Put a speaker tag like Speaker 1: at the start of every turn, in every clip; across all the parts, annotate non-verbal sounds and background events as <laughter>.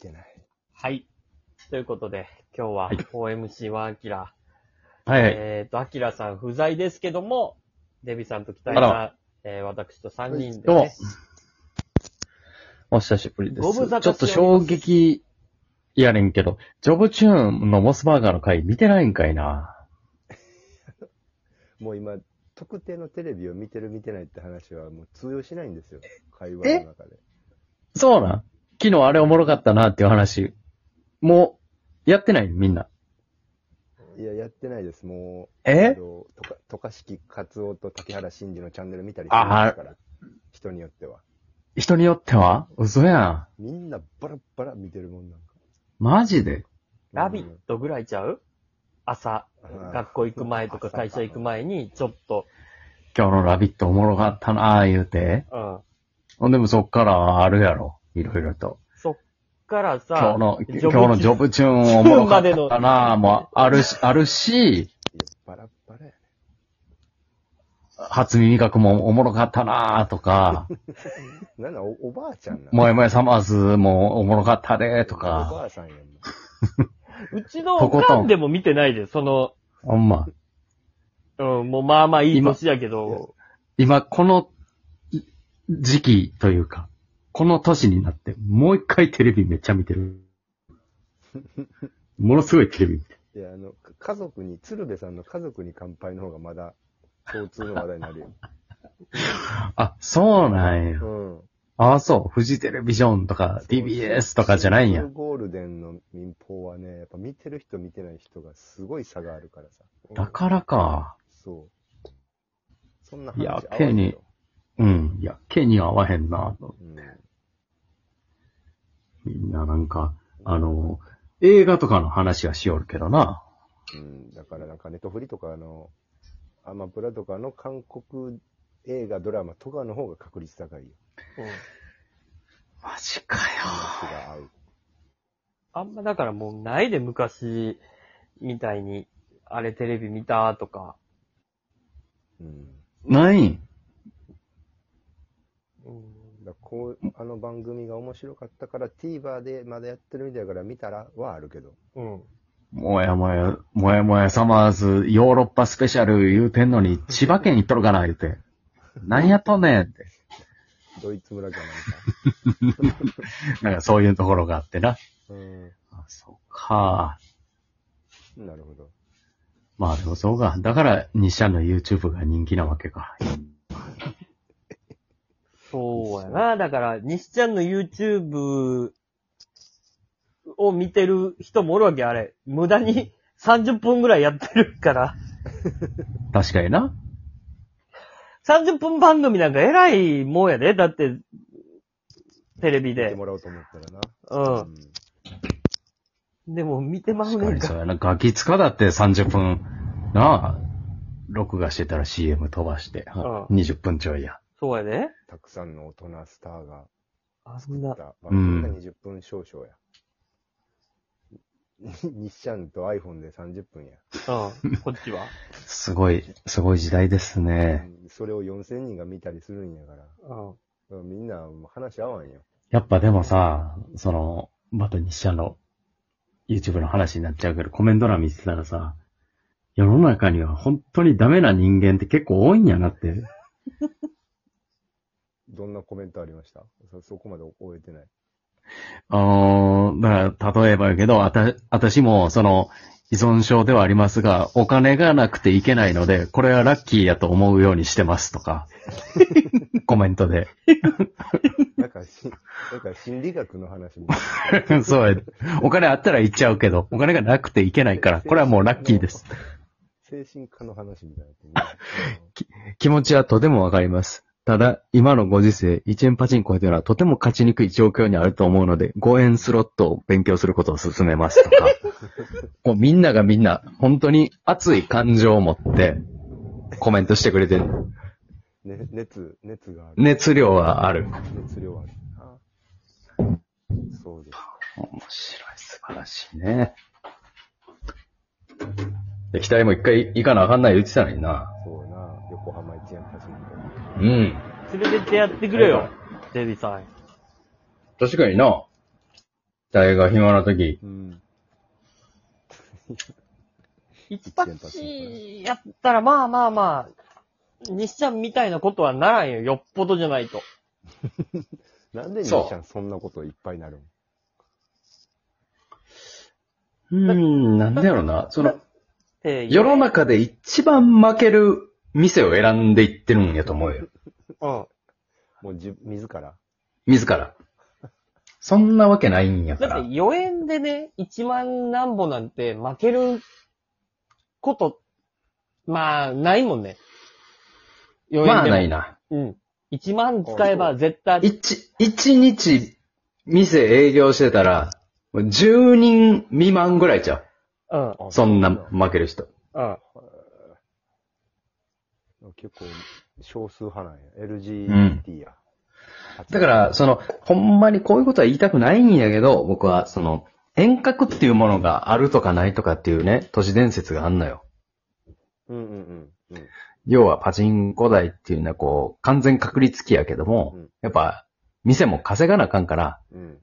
Speaker 1: けない。
Speaker 2: はい。ということで、今日は OMC はアキラ。
Speaker 3: はいはい。
Speaker 2: えっ、と、アキラさん不在ですけども、デビさんと北井
Speaker 3: あ
Speaker 2: さ
Speaker 3: ら
Speaker 2: ん、えー私と3人で、
Speaker 3: どうも
Speaker 2: ね。。
Speaker 3: お久しぶりで
Speaker 2: ご無沙汰しております
Speaker 3: す。ちょっと衝撃やねんけど、ジョブチューンのモスバーガーの回見てないんかいな。
Speaker 1: もう今、特定のテレビを見てる見てないって話はもう通用しないんですよ。会話の中で。
Speaker 3: そうなん昨日あれおもろかったなっていう話。もう、やってないみんな。
Speaker 1: いや、やってないです。もう、あ
Speaker 3: え
Speaker 1: のとか、とかしきかつおと竹原慎二のチャンネル見たりするん
Speaker 3: あ
Speaker 1: ですから。人によっては。
Speaker 3: 人によっては嘘や
Speaker 1: みんなバラッバラ見てるもんなんか。
Speaker 3: ん。マジで
Speaker 2: ラビットぐらいちゃう朝、
Speaker 1: うん
Speaker 2: 学校行く前とか
Speaker 1: 朝
Speaker 2: 会社行く前に、ちょっと、
Speaker 3: 今日のラビットおもろかったなあ言うて。
Speaker 2: うん。
Speaker 3: ほんでもそっからあるやろ。いろいろと。
Speaker 2: そっから
Speaker 3: 今
Speaker 2: さ、
Speaker 3: 日の、
Speaker 2: ジョ
Speaker 3: 今
Speaker 2: ブ
Speaker 3: 日のジョブチューンおもろかったなあもあるし、あるし、
Speaker 1: いや、バラッバラやね。
Speaker 3: 初耳学もおもろかったなあとか。
Speaker 1: なんだ、おおばあちゃんな。
Speaker 3: もやもやサマーズもおもろかったで、と
Speaker 1: おば
Speaker 3: か。
Speaker 1: あさんやん。
Speaker 2: うちの
Speaker 3: と
Speaker 2: お
Speaker 3: ことん
Speaker 2: かんでも見てないで、その、
Speaker 3: ほんま。
Speaker 2: うん、もうまあまあいい年やけど、
Speaker 3: 今、このい時期というか、この年になって、もう一回テレビめっちゃ見てる。ものすごいテレビ見てる。
Speaker 1: いや、あの、か家族に、鶴瓶さんの家族に乾杯の方がまだ、共通の話題になるよ。
Speaker 3: あ、そうなんや。
Speaker 1: うん。
Speaker 3: ああ、そう。フジテレビジョンとか、TBS とかじゃないん
Speaker 1: シン
Speaker 3: や
Speaker 1: グ。ルゴールデンの民放はね、やっぱ見てる人見てない人がすごい差があるからさ。
Speaker 3: だからか。
Speaker 1: そう。そんない話合わ
Speaker 3: や
Speaker 1: んよ
Speaker 3: 手にうん。いや、毛に合わへんな。
Speaker 1: うん。
Speaker 3: みんななんか、あの、映画とかの話はしよるけどな。
Speaker 1: うん。だからなんかネットフリとかの、アマプラとかの韓国映画、ドラマとかの方が確率高いよ。
Speaker 2: うん
Speaker 3: マジか
Speaker 1: 話
Speaker 3: よ。
Speaker 1: が合う。
Speaker 2: あんまだからもうないで昔みたいに、あれテレビ見たとか、
Speaker 1: うん。
Speaker 3: ないん
Speaker 2: うん
Speaker 1: だからこう、あの番組が面白かったから TVer でまだやってるみたいだから見たらはあるけど。
Speaker 2: うん。
Speaker 3: もやもや、もやもやサマーズ、ヨーロッパスペシャル言うてんの <laughs> に、千葉県行っとるかな、言うて。何やっとんねんって。
Speaker 1: ドイツ村じゃないか。
Speaker 3: なんかそういうところがあってな。
Speaker 1: うん。
Speaker 3: あそっか。
Speaker 1: なるほど。
Speaker 3: まあでもそうか。だから、日社の YouTube が人気なわけか。
Speaker 2: そうやな。だから、西ちゃんの YouTube を見てる人もおるわけ、あれ。無駄に30分ぐらいやってるから。
Speaker 3: 確かにな。
Speaker 2: 30分番組なんか偉いもんやで。だって、テレビ
Speaker 1: 見て
Speaker 2: で。
Speaker 1: もらおうと思ったらな。
Speaker 2: うん。でも見てまう
Speaker 3: 確
Speaker 2: ね
Speaker 3: か
Speaker 2: ん
Speaker 3: にそ
Speaker 2: か。
Speaker 3: うやな。ガキつかだって30分、なあ、録画してたら CM 飛ばして、
Speaker 2: うん
Speaker 3: 20分ちょいや。
Speaker 2: そうやで。
Speaker 1: たくさんの大人スターが
Speaker 2: あ、そ
Speaker 1: 作っ
Speaker 2: んな。
Speaker 1: た番組が20分少々や。 <laughs> 日シャンと iPhone で30分や。
Speaker 2: うん。 <laughs> こっちは。
Speaker 3: すごい、すごい時代ですね。
Speaker 1: それを4000人が見たりするんやから。だか
Speaker 2: うん。
Speaker 1: らみんなもう話合わんよ。
Speaker 3: やっぱでもさ、その、また日社の YouTube の話になっちゃうけど、コメント欄見てたらさ、世の中には本当にダメな人間って結構多いんやなって。
Speaker 1: どんなコメントありましたそそこまで終えてない。
Speaker 3: あのーだから、例えばやけど、あた、私も、その、依存症ではありますが、お金がなくていけないので、これはラッキーやと思うようにしてますと <laughs> か、コメントで。
Speaker 1: なんか
Speaker 3: <laughs>
Speaker 1: し、なんか心理学の話みたいな。
Speaker 3: そうや。お金あったら行っちゃうけど、お金がなくていけないから、これはもうラッキーです。
Speaker 1: 精神科の話みたいな。
Speaker 3: 気持ちはとてもわかります。ただ、今のご時世、一円パチンコというのはとても勝ちにくい状況にあると思うので、5円スロットを勉強することを勧めます <laughs> とか。もうみんながみんな、本当に熱い感情を持って、コメントしてくれてる、
Speaker 1: ね、熱、熱がある。
Speaker 3: 熱量はある。面
Speaker 1: 熱量あるな。そうです。
Speaker 3: 白い、素晴らしいね。で、期待も一回行かなあかんない言ってたのにな。
Speaker 1: そうやな。横浜一円パチンコ。
Speaker 3: うん。
Speaker 2: 連れてってやってくれよ。デビさん。
Speaker 3: 確かにな。大が暇な時。
Speaker 1: うん。
Speaker 2: 一パチやったら、まあまあまあ、西ちゃんみたいなことはならんよ。よっぽどじゃないと。
Speaker 1: なんで
Speaker 3: そう
Speaker 1: 兄ちゃんそんなこといっぱいなるん
Speaker 3: うーん、なんだろうな。その、
Speaker 2: えー
Speaker 3: 世の中で一番負ける店を選んでいってるんやと思うよ。
Speaker 2: うん。
Speaker 1: もうじ、自ら。
Speaker 3: 自ら。そんなわけないんやか
Speaker 2: だっ
Speaker 3: ら
Speaker 2: て。4円でね、1万何本なんて負けること、まあ、ないもんね。4円でも。
Speaker 3: まあないな。
Speaker 2: うん。1万使えば絶対、
Speaker 3: 一、一日、店営業してたら、もう10人未満ぐらいちゃ
Speaker 2: うん、
Speaker 1: あ
Speaker 3: う。そんな
Speaker 1: う
Speaker 3: 負ける人。
Speaker 2: うん。
Speaker 1: 結構、少数派なんや。
Speaker 3: ん
Speaker 1: LGBT や。
Speaker 3: だから、その、ほんまにこういうことは言いたくないんやけど、僕は、その、遠隔っていうものがあるとかないとかっていうね、都市伝説があんのよ。
Speaker 1: うんうんうんうん。
Speaker 3: 要はパチンコ台っていうのはこう、完全確率期やけども、
Speaker 1: うん
Speaker 3: やっぱ、店も稼がなあかんから、
Speaker 1: うん。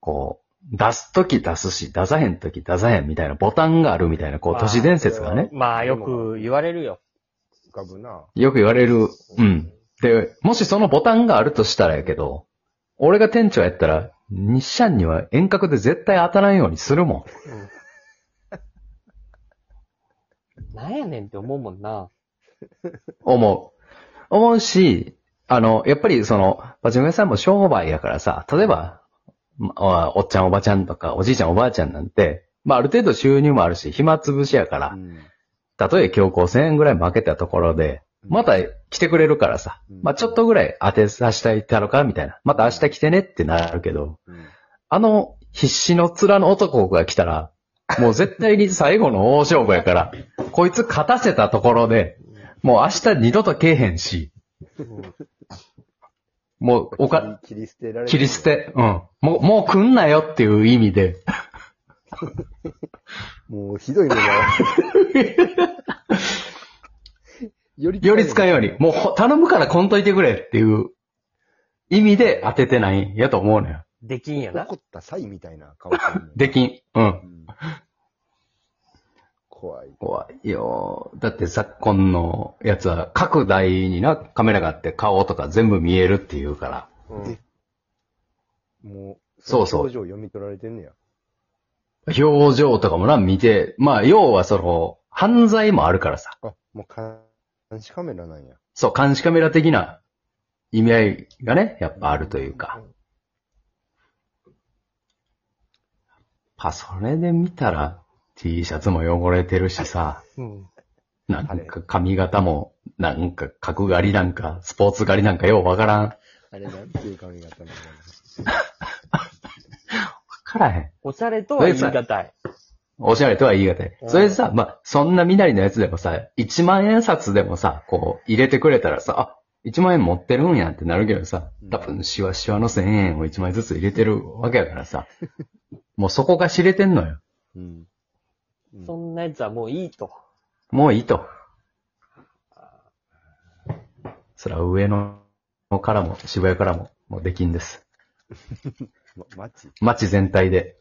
Speaker 3: こう、出すとき出すし、出さへんとき出さへんみたいなボタンがあるみたいな、こう、都市伝説がね、
Speaker 2: まあ、よく言われるよ。
Speaker 1: ガブな。
Speaker 3: よく言われる。うん。で、もしそのボタンがあるとしたらやけど、俺が店長やったら、日シャンには遠隔で絶対当たらんようにするも
Speaker 2: なんやねんって思うもんな。
Speaker 3: ん。思う。思うし、あの、やっぱりその、パチンコ屋さんも商売やからさ、例えば、まおっちゃんおばちゃんとか、おじいちゃんおばあちゃんなんて、まあある程度収入もあるし、暇つぶしやか
Speaker 1: う
Speaker 3: ら、
Speaker 1: ん
Speaker 3: たとえ今日5000円ぐらい負けたところで、また来てくれるからさ、まあちょっとぐらい当てさせていたろか、みたいな。また明日来てねってなるけど、
Speaker 1: うん
Speaker 3: あの、必死の面の男が来たら、もう絶対に最後の大勝負やから、こいつ勝たせたところで、もう明日二度とけえへんし、もうおか、
Speaker 1: 切り切り捨てられる
Speaker 3: 切り捨。て、うん。もう、もう来んなよっていう意味で、
Speaker 1: もうひどいの
Speaker 3: <laughs>
Speaker 1: が。より
Speaker 3: より使うように、
Speaker 1: も
Speaker 3: もうほ頼むからこんといてくれっていう意味で当ててないんやと思うのよ。
Speaker 2: できんやな。
Speaker 1: 怒った際みたいな顔してるね
Speaker 3: できん。うん
Speaker 1: う。ん。怖い。
Speaker 3: 怖いよ。だって昨今のやつは各台にな、カメラがあって顔とか全部見えるっていうから。
Speaker 2: うん。
Speaker 1: もう、
Speaker 3: そうそう
Speaker 1: 表情読み取られてんねや。
Speaker 3: 表情とかもな、見て、まあ、要はその、犯罪もあるからさ。
Speaker 1: あ、もう監視カメラなんや。
Speaker 3: そう、監視カメラ的な意味合いがね、やっぱあるというか。まあ、それで見たら、T シャツも汚れてるしさ、
Speaker 2: うん。
Speaker 3: なんか髪型も、なんか角刈りなんか、スポーツ狩りなんかようわからん。わ
Speaker 1: あれなんていう髪型なんだろ
Speaker 3: からへん。
Speaker 2: おしゃれとは言い難い。
Speaker 3: おしゃれとは言い難い。それでさ、まあ、そんな身なりのやつでもさ、1万円札でもさ、こう、入れてくれたらさ、あ、1万円持ってるんやってなるけどさ、多分、しわしわの1000円を1枚ずつ入れてるわけやからさ、 <laughs> もうそこが知れてんのよ。
Speaker 1: う。うん。うん
Speaker 2: そんなやつはもういいと。
Speaker 3: もういいと。そら、上野からも、渋谷からも、もうできんです。
Speaker 1: ま、マチ
Speaker 3: 街全体で。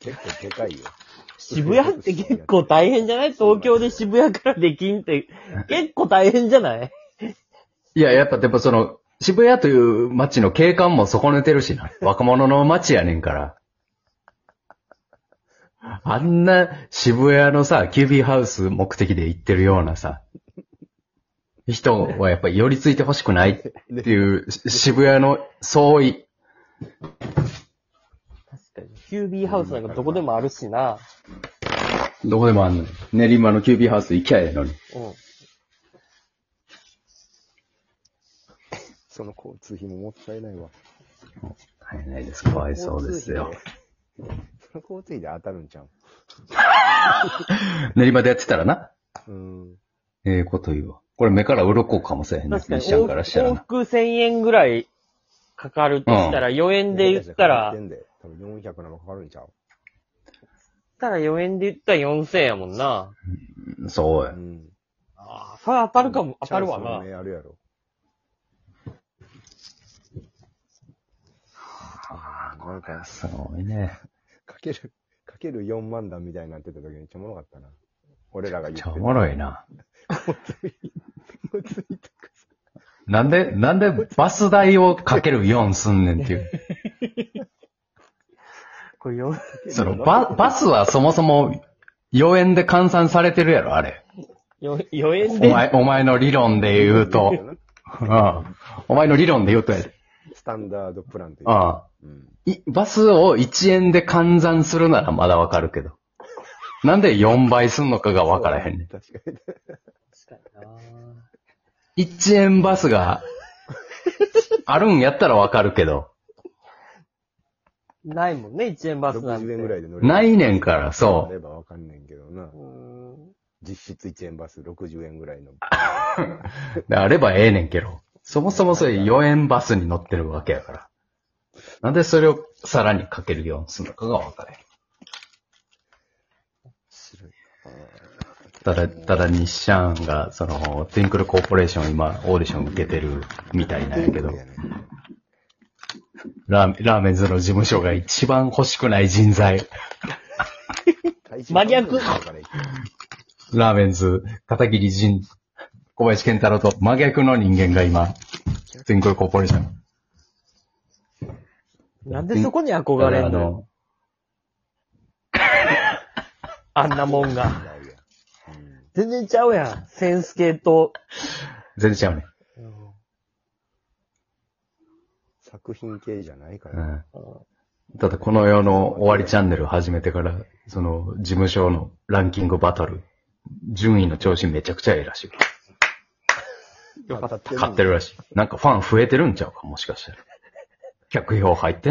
Speaker 1: 結構でかいよ。
Speaker 2: 渋谷って結構大変じゃない東京で渋谷からできんって、結構大変じゃない
Speaker 3: いや、やっぱ、でもその、渋谷という街の景観も損ねてる
Speaker 2: <laughs>
Speaker 3: しな。若者の街やねんから。あんな渋谷のさ、キュービーハウス目的で行ってるようなさ、人はやっぱり寄りついてほしくないっていうし渋谷の相違。
Speaker 2: 確かに。キュービーハウスなんかどこでもあるしな。
Speaker 3: どこでもあんのよ練馬のキュービーハウス行きゃええのに。
Speaker 2: うん。
Speaker 1: その交通費ももったいないわ。
Speaker 3: はい、ないです。かわいそうですよ
Speaker 1: 交。通費で。その交通費で当たるんちゃう
Speaker 3: 練馬でやってたらな。
Speaker 1: うん。
Speaker 3: ええこと言うわ。これ目から鱗かもしれへんね。
Speaker 2: 確かに
Speaker 3: 西ちゃんから
Speaker 2: 往
Speaker 3: したら
Speaker 2: 復
Speaker 3: な。
Speaker 2: 1000円ぐらいかかるとしたら、4円で言ったら、
Speaker 1: 多
Speaker 2: 言っ
Speaker 1: 分400なんかかかるんちゃう
Speaker 2: たら4円で言ったら4000円やもんな。
Speaker 3: そ
Speaker 1: う
Speaker 3: うや。
Speaker 1: ん。
Speaker 2: ああ、それ当たるかも、当たるわ
Speaker 1: チャンスの
Speaker 2: な。
Speaker 1: 目あるやろ。
Speaker 3: ああ、
Speaker 1: なんか、
Speaker 3: すごいね。
Speaker 1: かける、かける4万段みたいになってた時にめっちゃおもろかったな。俺らが言
Speaker 3: め
Speaker 1: っ
Speaker 3: ってち
Speaker 1: た
Speaker 3: ゃおもろい。な。
Speaker 1: もうツイート
Speaker 3: なんで、なんでバス代をかける4すんねんって <laughs> いう。
Speaker 2: これよ、
Speaker 3: その、バ、バスはそもそも4円で換算されてるやろ、あれ。
Speaker 2: よ、4円
Speaker 3: お
Speaker 2: で、
Speaker 3: 前、お前の理論で言うと。うん。お前の理論で言うとやで。
Speaker 1: スタンダードプランという。
Speaker 3: ああ。
Speaker 1: うん。
Speaker 3: いバスを1円で換算するならまだわかるけど。なんで4倍すんのかがわからへんねん。
Speaker 1: 確かに。
Speaker 3: 1円バスが、あるんやったらわかるけど、
Speaker 2: ないもんね、1円バスなんて。
Speaker 1: 60円ぐらいで乗れる
Speaker 3: <laughs> ないねんから、
Speaker 1: あ
Speaker 3: そ
Speaker 1: ればわかんねんけどな
Speaker 2: う。ーん。
Speaker 1: 実質1円バス60円ぐらいの。
Speaker 3: う。であればええねんけど、そもそもそれ4円バスに乗ってるわけやから。なんでそれをさらにかけるようにするのかがわからへん。ただ、ただ日シャンが、その、ツインクルコーポレーション今、オーディション受けてるみたいなんやけど、ラーメン、ラーメンズの事務所が一番欲しくない人材。
Speaker 2: マニアック
Speaker 3: ラーメンズ、片桐仁、小林健太郎と真逆の人間が今、ツインクルコーポレーション。
Speaker 2: なんでそこに憧れ
Speaker 3: あ
Speaker 2: んの
Speaker 3: の、
Speaker 2: あんなもんが。 <laughs> 全然ちゃうやん。センス系と。
Speaker 3: 全然違うね。
Speaker 1: 作品系じゃないか
Speaker 3: う
Speaker 1: ら。
Speaker 3: ん。ただこの世の終わりチャンネル始めてから、その、事務所のランキングバトル、順位の調子めちゃくちゃええらしい。
Speaker 1: よかった
Speaker 3: 勝ってるらしい。なんかファン増えてるんちゃうか、もしかしたら。客票入ってん